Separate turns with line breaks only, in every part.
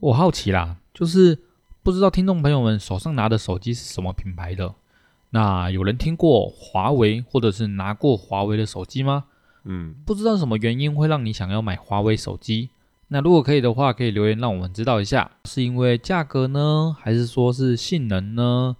我好奇啦，就是不知道听众朋友们手上拿的手机是什么品牌的？那有人听过华为，或者是拿过华为的手机吗？
嗯，
不知道什么原因会让你想要买华为手机？那如果可以的话，可以留言让我们知道一下，是因为价格呢，还是说是性能呢？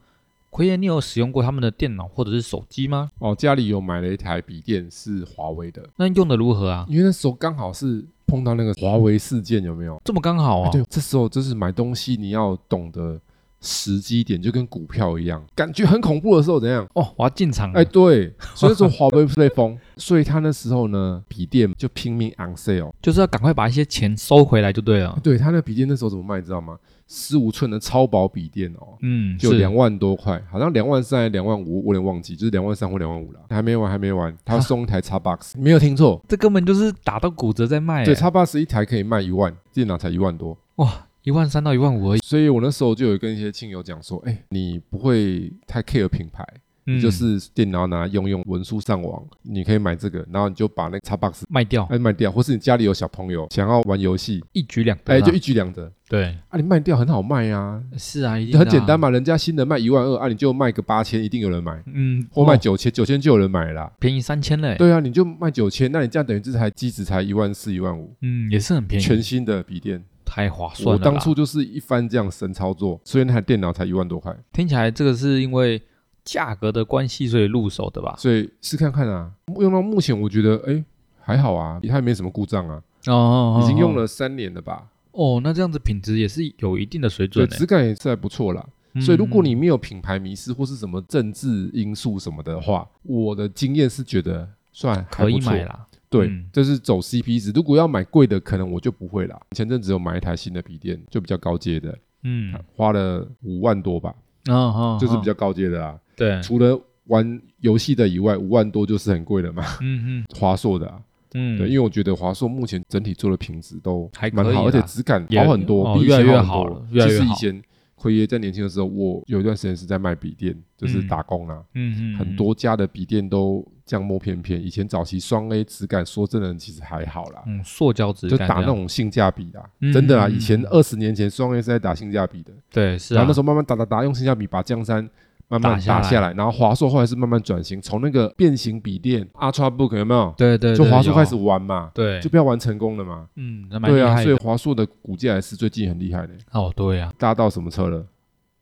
奎爷，你有使用过他们的电脑或者是手机吗？
哦，家里有买了一台笔电是华为的，
那用的如何啊？
因为那时候刚好是碰到那个华为事件，有没有？
这么刚好啊、
哎对，这时候就是买东西你要懂得时机点，就跟股票一样，感觉很恐怖的时候怎样？
哦，我要进场了。
哎，对，所以那时候华为被封， 所以他那时候呢，笔电就拼命 on sale。
就是要赶快把一些钱收回来就对了。
对他那笔电那时候怎么卖，你知道吗？十五寸的超薄笔电哦，
嗯，
就是两万多块，好像两万三还两万五，我有点忘记，就是两万三或两万五了。还没完，还没完，他送一台 Xbox，没有听错，
这根本就是打到骨折在卖、欸，
对，Xbox 一台可以卖一万，电脑才一万多。
哇，一万三到一万五而已，
所以我那时候就有跟一些亲友讲说，哎，你不会太 care 品牌，
嗯
就是电脑拿来用用，文书上网，你可以买这个，然后你就把那个 Xbox
卖掉，
哎卖掉，或是你家里有小朋友想要玩游戏，
一举两得
哎
啦。
就一举两得
对，
啊，你卖掉很好卖啊，
是啊，一定的啊
很简单。嘛，人家新的卖一万二啊，你就卖个八千，一定有人买，
嗯，
或卖
哦
九千，九千就有人买了啦。
便宜三千嘞，
对啊，你就卖九千，那你这样等于这台机子才一万四、一万五，
嗯，也是很便宜，
全新的笔电。
太划算
我
了啦。
当初就是一番这样神操作，所以那台电脑才一万多块，
听起来这个是因为价格的关系，所以入手的吧？
所以试看看啊。用到目前，我觉得哎、还好啊，它也没什么故障啊，
哦哦，哦
已经用了三年了吧，
哦，那这样子品质也是有一定的水
对，
准的。
质感也是还不错啦。所以如果你
嗯
没有品牌迷失或是什么政治因素什么的话，我的经验是觉得算还
可
不
以
错
买啦，
对，
嗯
这是走 CP 值。如果要买贵的，可能我就不会啦。前阵子有买一台新的笔电，就比较高阶的，
嗯，
花了五万多吧，
哦哦，
就是
哦
比较高阶的啊啦。
对，
除了玩游戏的以外，五万多就是很贵了嘛。
嗯嗯
华硕的、啊，
嗯，
对，因为我觉得华硕目前整体做的品质都
还可以
蛮好，
啦
而且质感
也
好很多，
哦
比以前
越来越
好很
好
多
了越来越
其实以
好
前奎爷在年轻的时候，我有一段时间是在卖笔电，就是
嗯
打工啦、
嗯嗯
很多家的笔电都降墨偏偏。以前早期双 A 质感，说真的，其实还好啦。
嗯塑胶质
就
感
打那
这样
种性价比啦，
嗯
真的啊！
嗯嗯
以前
嗯
二十年前双 A 是在打性价比的，
对是
然
啊
后那时候慢慢打打打，用性价比把江山慢慢
打下来
下来，然后华硕后来是慢慢转型，从那个变形笔电 UltraBook 有没有？
对对，
就
对
华硕
有
开始玩嘛，
对，
就不要玩成功了嘛。
嗯，那蛮厉
对啊，
害
所以
的。
华硕的股价也是最近很厉害的，
哦，对啊
搭到什么车了？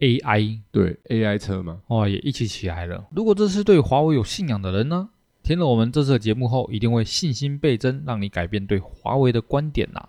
，AI
对 AI 车嘛，
哇哦也一起起来了。如果这是对华为有信仰的人呢，听了我们这次的节目后，一定会信心倍增，让你改变对华为的观点呐、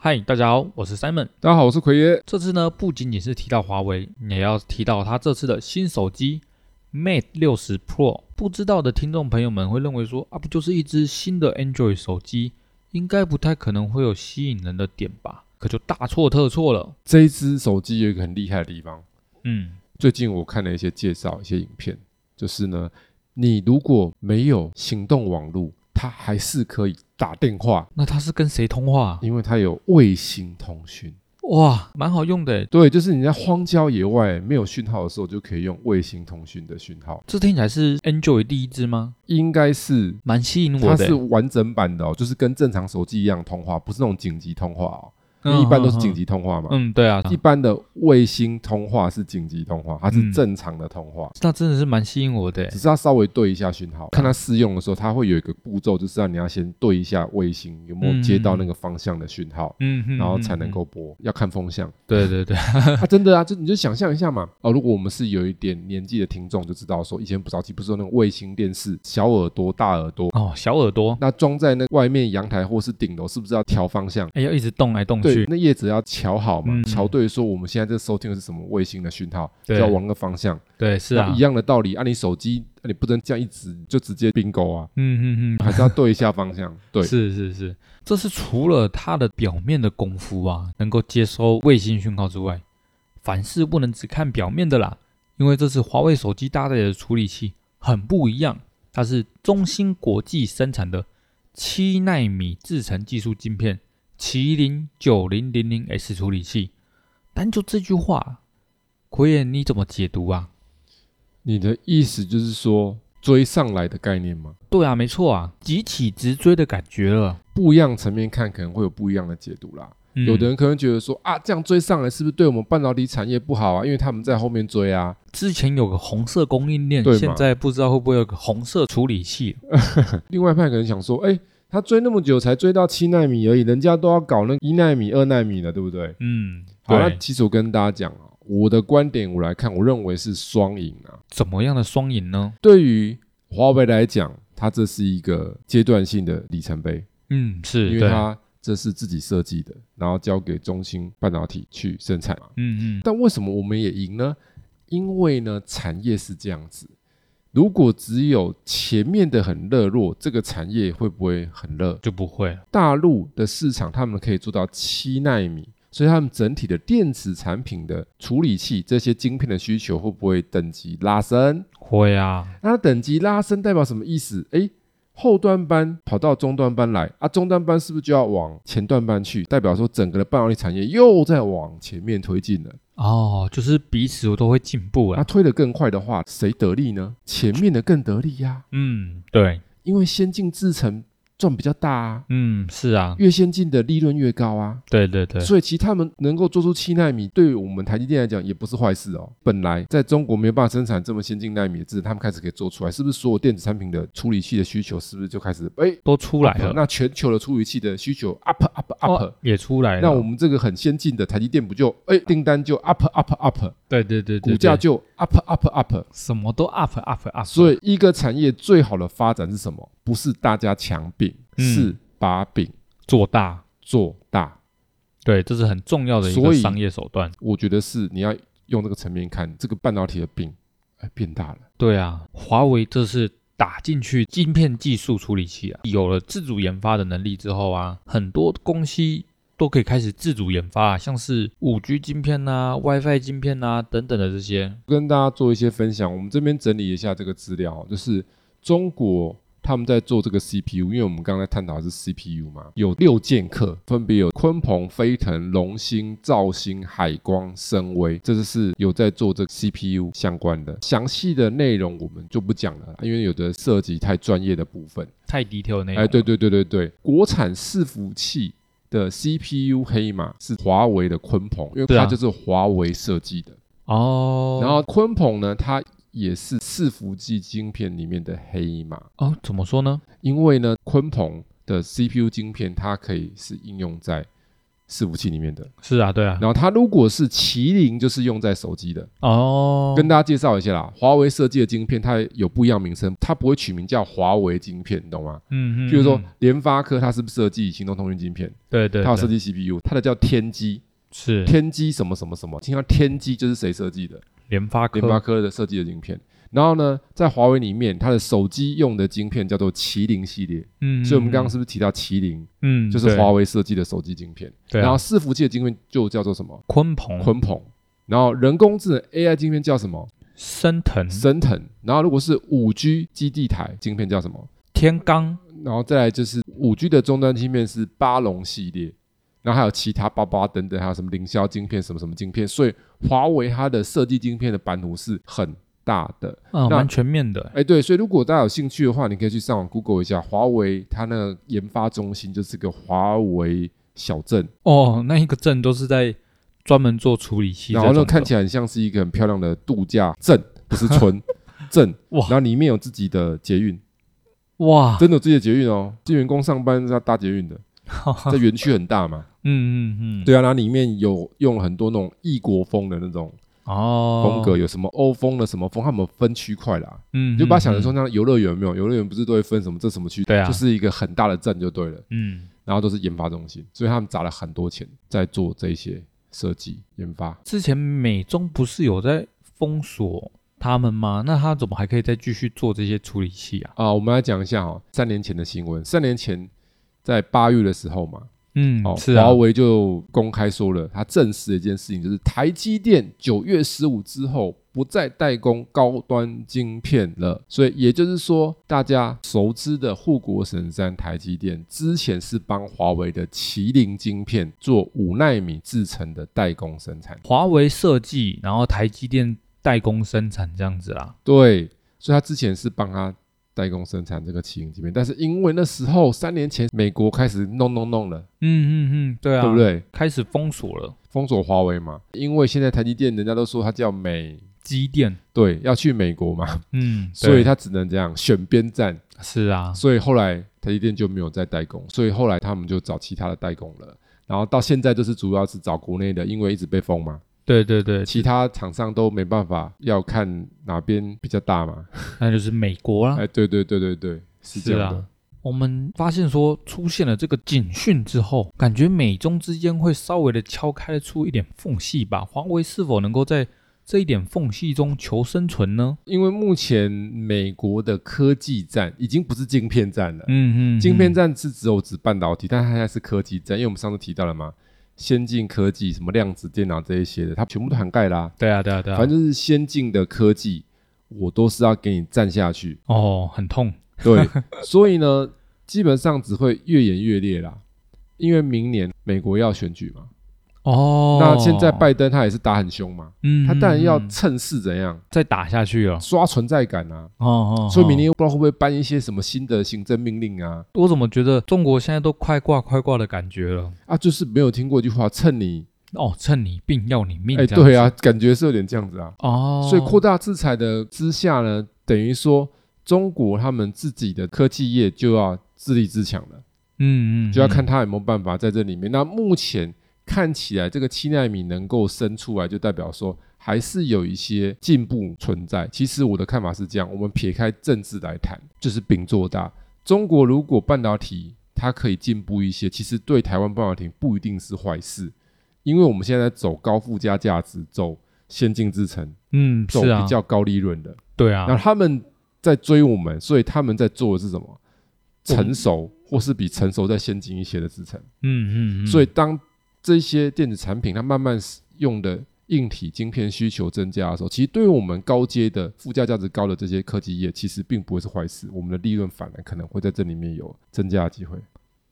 嗨，大家好，我是 Simon。
大家好，我是奎爷。
这次呢，不仅仅是提到华为，也要提到它这次的新手机 Mate 六十 Pro。不知道的听众朋友们会认为说，啊，不就是一只新的 Android 手机，应该不太可能会有吸引人的点吧？可就大错特错了。
这一只手机有一个很厉害的地方，
嗯，
最近我看了一些介绍、一些影片，就是呢，你如果没有行动网络，它还是可以打电话，
那它是跟谁通话啊？
因为它有卫星通讯。
哇，蛮好用的欸，
对，就是你在荒郊野外没有讯号的时候，就可以用卫星通讯的讯号，
这听起来是 Android 第一只吗？
应该是。
蛮吸引我
它
的
是
欸。
完整版的哦，就是跟正常手机一样通话，不是那种紧急通话哦，因
嗯
为一般都是紧。
嗯
急通话嘛。
嗯，对啊，
一般的卫星通话是紧急通话，它是
嗯
正常的通话。
那真的是蛮吸引我的欸
只。是要稍微对一下讯号，看它试用的时候，它会有一个步骤，就是让你要先对一下卫星有没有接到那个方向的讯号，
嗯哼，
然后
嗯
才能。
嗯
够播。要看风向，
对对对，
它真的啊，就你就想象一下嘛。哦，如果我们是有一点年纪的听众，就知道说以前不早期不是有那种卫星电视，小耳朵、大耳朵，
哦，小耳朵，
那装在那外面阳台或是顶楼，是不是要调方向？
哎，要一直动来动去
对，以那业者要瞧好嘛
嗯，
瞧对说我们现在这收听的是什么卫星的讯号，就
对
要往那个方向。
对，是啊
那一，样的道理，按你手机，啊你不能这样一直就直接并购啊，
嗯嗯嗯，
还是要对一下方 向。对，
是是是，这是除了它的表面的功夫啊，能够接收卫星讯号之外，凡事不能只看表面的啦，因为这次华为手机搭载的处理器很不一样，它是中芯国际生产的七纳米制程技术晶片麒麟九零零零 S 处理器。单就这句话，奎爷你怎么解读啊？
你的意思就是说追上来的概念吗？
对啊，没错啊，急起直追的感觉了。
不一样层面看，可能会有不一样的解读啦。
嗯
有的人可能觉得说啊，这样追上来是不是对我们半导体产业不好啊？因为他们在后面追啊。
之前有个红色供应链
对，嘛
现在不知道会不会有个红色处理器。
另外一派可能想说，哎、他追那么久才追到七纳米而已，人家都要搞那一纳米、二纳米了，对不对？
嗯，
好，那
对，
其实我跟大家讲啊，我的观点我来看，我认为是双赢啊。
怎么样的双赢呢？
对于华为来讲，它这是一个阶段性的里程碑，
嗯，是
因为
对，
它这是自己设计的，然后交给中芯半导体去生产嘛。
嗯嗯，
但为什么我们也赢呢？因为呢，产业是这样子。如果只有前面的很热络，这个产业会不会很热？
就不会了。
大陆的市场他们可以做到七纳米，所以他们整体的电子产品的处理器这些晶片的需求会不会等级拉升？
会啊，
那它等级拉升代表什么意思？诶，后端班跑到中端班来啊，中端班是不是就要往前段班去？代表说整个的半导体产业又在往前面推进了。
哦，就是彼此都会进步
那
啊。
推得更快的话，谁得利呢？前面的更得利呀、
嗯，对，
因为先进制程赚比较大啊，
嗯，是啊，
越先进的利润越高啊。
对对对，
所以其实他们能够做出七纳米，对于我们台积电来讲也不是坏事哦。本来在中国没有办法生产这么先进纳米的制程，他们开始可以做出来，是不是所有电子产品的处理器的需求是不是就开始哎
都出来了，
那全球的处理器的需求 up up up，、
哦也出来了。
那我们这个很先进的台积电不就哎订单就 up up up，
对对对对，
股价
对
就 up up up。
什么都 up up up，
所以一个产业最好的发展是什么？不是大家强饼，
嗯
是把饼
做大，
做大。
对，这是很重要的一
所
个
以
商业手段。
我觉得是你要用这个层面看，这个半导体的饼哎变大了。
对啊，华为这是打进去晶片技术处理器啊，有了自主研发的能力之后啊，很多公司都可以开始自主研发、啊，像是五 G 晶片呐、WiFi 晶片呐、等等的这些。
跟大家做一些分享，我们这边整理一下这个资料，就是中国。他们在做这个 CPU，因为我们刚才探讨的是 CPU 嘛，有六剑客，分别有鲲鹏、飞腾、龙芯、兆芯、海光、深威，这就是有在做这个 CPU 相关的。详细的内容我们就不讲了，因为有的涉及太专业的部分。
太 detail 的啊那
哎，对，对对对对，国产伺服器的 CPU 黑马是华为的鲲鹏，因为
对啊
它就是华为设计的。
哦，
然后鲲鹏呢，它也是伺服器晶片里面的黑马，
哦，怎么说呢？
因为呢，鲲鹏的 CPU 晶片它可以是应用在伺服器里面的。
是啊，对啊
然，后它如果是麒麟，就是用在手机的。
哦，
跟大家介绍一下啦，华为设计的晶片它有不一样名称，它不会取名叫华为晶片，你懂吗？
嗯嗯，
譬如说
嗯，
联发科它是不是设计行动通讯晶片？
对对，
它有设
对
计 CPU，它的叫天玑，
是
天玑什么什么什么，听到天玑就是谁设计的？
联发科，
联发科的设计的晶片。然后呢，在华为里面，它的手机用的晶片叫做麒麟系列，
嗯，
所以我们刚刚
嗯
是不是提到麒麟，
嗯，
就是华
为，
为设计的手机晶片？
对啊嗯
然后伺服器的晶片就叫做什么？
鲲鹏、
鲲鹏。然后人工智能 AI 晶片叫什么？
嗯升腾、
升腾。然后如果是五 G 基地台晶片叫什么？
天罡，
然后再来就是五 G 的终端晶片是八龙系列，然后还有其他八八等等，还有什么凌霄晶片、什么什么晶片，所以华为它的设计晶片的版图是很大的。
嗯，
那
蛮全面的，
哎，对，所以如果大家有兴趣的话，你可以去上网 Google 一下，华为它那个研发中心就是个华为小镇，
哦，那一个镇都是在专门做处理器这
然
种
后
的，
呢看起来很像是一个很漂亮的度假镇，不是村镇，
哇
然后里面有自己的捷运，
哇，
真的有自己的捷运哦，这员工上班是要搭 捷运的，在园区很大嘛。
嗯嗯嗯，
对啊，然后里面有用很多那种异国风的那种
哦，
风格，有什么欧风的什么风，他们有分区块啦，
嗯，嗯，
你就把它想成说
嗯，
像游乐园有没有？游乐园不是都会分什么这什么区？
对啊
就是一个很大的站就对了。
嗯，
然后都是研发中心，所以他们砸了很多钱在做这些设计研发。
之前美中不是有在封锁他们吗？那他怎么还可以再继续做这些处理器啊？
啊、我们来讲一下哦，三年前的新闻。三年前在八月的时候嘛，
嗯，
哦，
是啊
华，为就公开说了，他证实了一件事情，就是台积电九月十五之后不再代工高端晶片了。所以也就是说，大家熟知的护国神山台积电，之前是帮华为的麒麟晶片做五纳米制成的代工生产。
华为设计，然后台积电代工生产这样子啊啦。
对，所以他之前是帮他代工生产这个麒麟晶片，但是因为那时候三年前美国开始弄弄弄了，
嗯嗯嗯，对啊，
对不？对？
开始封锁了
封锁华为嘛，因为现在台积电人家都说它叫美。
机电，
对，要去美国嘛，
嗯，
所以
对
他只能这样选边站，
是啊，
所以后来台积电就没有再代工，所以后来他们就找其他的代工了。然后到现在就是主要是找国内的，因为一直被封嘛，
对对对，
其他厂商都没办法，要看哪边比较大嘛。
那就是美国啦。
哎，对对对对对，是这样的。
啊是啊我们发现说出现了这个警讯之后，感觉美中之间会稍微的敲开出一点缝隙吧。华为是否能够在这一点缝隙中求生存呢？
因为目前美国的科技战已经不是晶片战了，
嗯嗯，
晶片
在
战是只有指半导体，但它现在是科技战，因为我们上次提到了嘛，先进科技什么量子电脑这一些的，它全部都涵盖啦、
对啊对啊对啊，
反正就是先进的科技，我都是要给你站下去。
哦很痛，
对，所以呢，基本上只会越演越烈啦。因为明年美国要选举嘛，
哦，
那现在拜登他也是打很凶嘛，
嗯，嗯，
他当然要
嗯
趁势怎样
再打下去了。
刷存在感啊。
哦哦，
所以明
哦
年又不知道会不会颁一些什么新的行政命令啊
我怎么觉得中国现在都快挂快挂的感觉了？
啊，就是没有听过一句话，趁你
哦，趁你病要你命，
哎，对，啊，感觉是有点这样子啊。
哦，
所以扩大制裁的之下呢，等于说中国他们自己的科技业就要自立自强了。
嗯嗯，
就
嗯
要看他有没有办法在这里面。那目前看起来，这个七纳米能够生出来，就代表说还是有一些进步存在。其实我的看法是这样：我们撇开政治来谈，就是饼做大。中国如果半导体它可以进步一些，其实对台湾半导体不一定是坏事，因为我们现在走高附加价值，走先进制程，
嗯
走
是啊
比，较高利润的。
对啊，
那他们在追我们，所以他们在做的是什么？
我们
成熟，或是比成熟再先进一些的制程。
嗯嗯嗯，
所以当这些电子产品它慢慢使用的硬体晶片需求增加的时候，其实对于我们高阶的附加价值高的这些科技业，其实并不会是坏事。我们的利润反而可能会在这里面有增加的机会。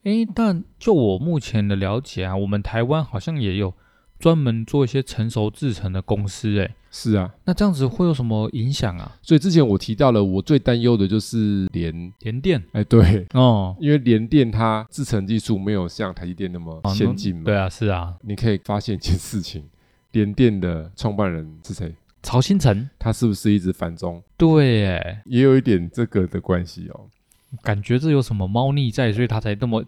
诶，但就我目前的了解啊，我们台湾好像也有专门做一些成熟制成的公司，诶，
是啊，
那这样子会有什么影响啊？
所以之前我提到了，我最担忧的就是联，
联电
哎，对，
哦，
因为联电它制程技术没有像台积电那么
啊
先进嘛。
对啊，是啊，
你可以发现一件事情， 联电的创办人是谁？
曹新成，
他是不是一直反中？
对，诶，
也有一点这个的关系哦。
感觉这有什么猫腻在，所以他才那么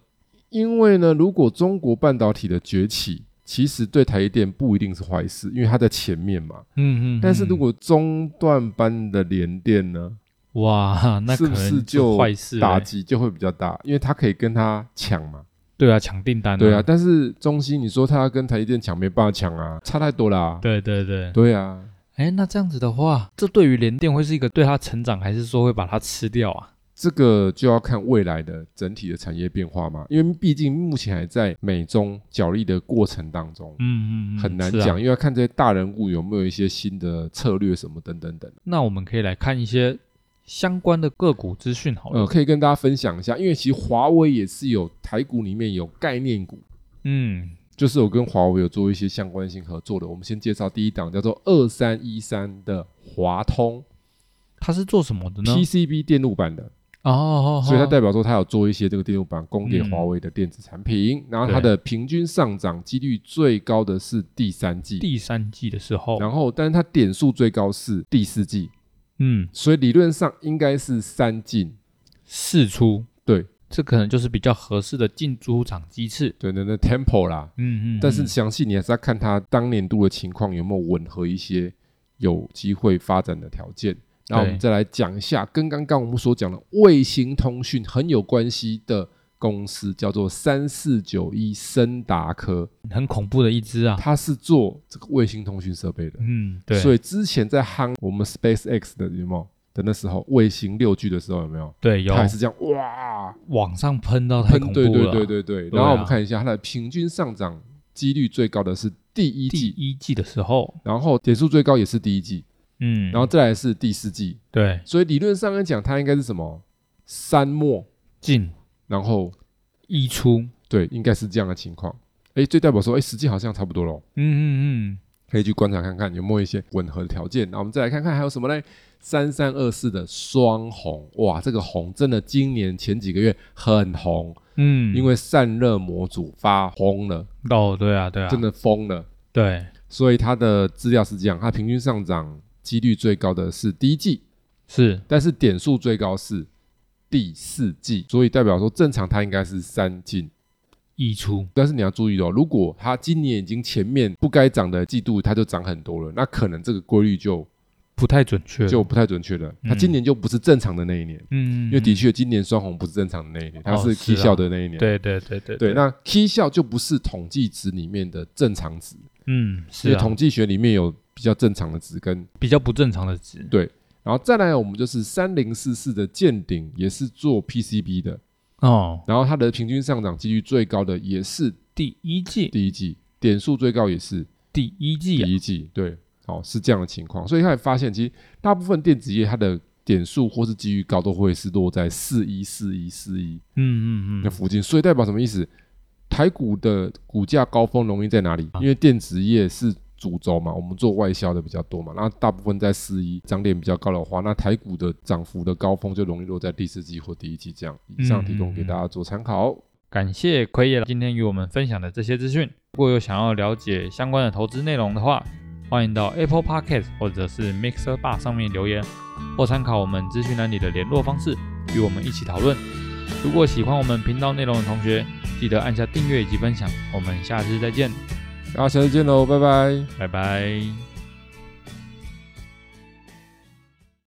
因为呢，如果中国半导体的崛起，其实对台积电不一定是坏事，因为它在前面嘛。
嗯嗯嗯。
但是如果中段班的联电呢，
哇， 那
是
可
不是
能
就
坏事
打
诶？
击就会比较大，因为它可以跟它抢嘛。
对啊，抢订单、
对啊，，但是中兴你说它要跟台积电抢，没办法抢啊，差太多啦、
对对对。
对啊，
诶，那这样子的话，这对于联电会是一个对它成长，还是说会把它吃掉啊？
这个就要看未来的整体的产业变化嘛，因为毕竟目前还在美中角力的过程当中。
嗯嗯嗯，
很难
是啊
讲，因为要看这些大人物有没有一些新的策略什么等等等。
那我们可以来看一些相关的个股资讯好
呃，
了。
可以跟大家分享一下，因为其实华为也是有台股里面有概念股，
嗯，
就是有跟华为有做一些相关性合作的。我们先介绍第一档叫做二三一三的华通
它是做什么的呢？
PCB 电路板的，
哦哦，哦嗯
所以它代表说它有做一些这个电路板供给华为的电子产品，然后它的平均上涨几率最高的是第三季。
第哦三季的时候，
然后，但是它点数最高是第四季，
嗯，
所以理论上应该是三进
试出，
对，
这可能就是比较合适的进出场机制。
对那那 tempo 啦，
嗯嗯，
但是
嗯
详细你还是要看它当年度的情况有没有吻合一些有机会发展的条件。那我们再来讲一下，跟刚刚我们所讲的卫星通讯很有关系的公司，叫做三四九一森达科，
很恐怖的一只啊。
它是做这个卫星通讯设备的。
嗯，对，
所以之前在夯我们 SpaceX 的有没有的那时候，卫星六 G 的时候有没有？
对有
它也是这样哇
往上喷到太
喷
恐，怖
对
了。
对对对对。
对啊
然后我们看一下它的平均上涨几率最高的是第一
第
季，
一季的时候，
然后点数最高也是第一季，
嗯，
然后再来是第四季。
对
所以理论上来讲，它应该是什么三末，
进
然后
一出，
对，应该是这样的情况。哎，最代表说，哎，实际好像差不多咯。
嗯嗯嗯，
可以去观察看看有没有一些吻合的条件。那我们再来看看还有什么嘞？三三二四的双红，哇，这个红真的今年前几个月很红，
嗯，
因
为
为散热模组发红了，
哦，对啊，对啊，
真
的
的疯了。
对，
所以它的资料是这样，它平均上涨几率最高的是第一季，
是
但是点数最高是第四季，所以代表说正常它应该是三进。
一出，
但是你要注意哦，如果它今年已经前面不该涨的季度它就涨很多了，那可能这个规律就
不太准确，
就不太准确了。
嗯
它今年就不是正常的那一年，
嗯，嗯
因为的
嗯
确今年双红不是正常的那一年，它
哦
是
是
K
啊
效的那一年。
对对对对
对，那 K 效就不是统计值里面的正常值，
嗯
因
是
为
啊
统计学里面有比较正常的值跟。
比较不正常的值，
然后再来，我们就是三零四四的见顶，也是做 PCB 的，
哦，
然后它的平均上涨几率最高的也是
第一季
第一季，点数最高也是
第一季
第
啊，
一季，对，好、是这样的情况。所以他也发现，其实大部分电子业它的点数或是机遇高都会是落在四一四一四一
嗯嗯
那
嗯，
附近，所以代表什么意思？台股的股价高峰容易在哪里？因为电子业是主轴嘛，我们做外销的比较多嘛，那大部分在四一涨点比较高的话，那台股的涨幅的高峰就容易落在第四季或第一季这样。以上提供给大家做参考。
感谢奎爷今天与我们分享的这些资讯。如果有想要了解相关的投资内容的话，欢迎到 Apple Podcast 或者是 Mixer Bar 上面留言，或参考我们资讯栏里的联络方式，与我们一起讨论。如果喜欢我们频道内容的同学，记得按下订阅以及分享。我们下次再见，
那下次见喽，拜拜。
拜拜。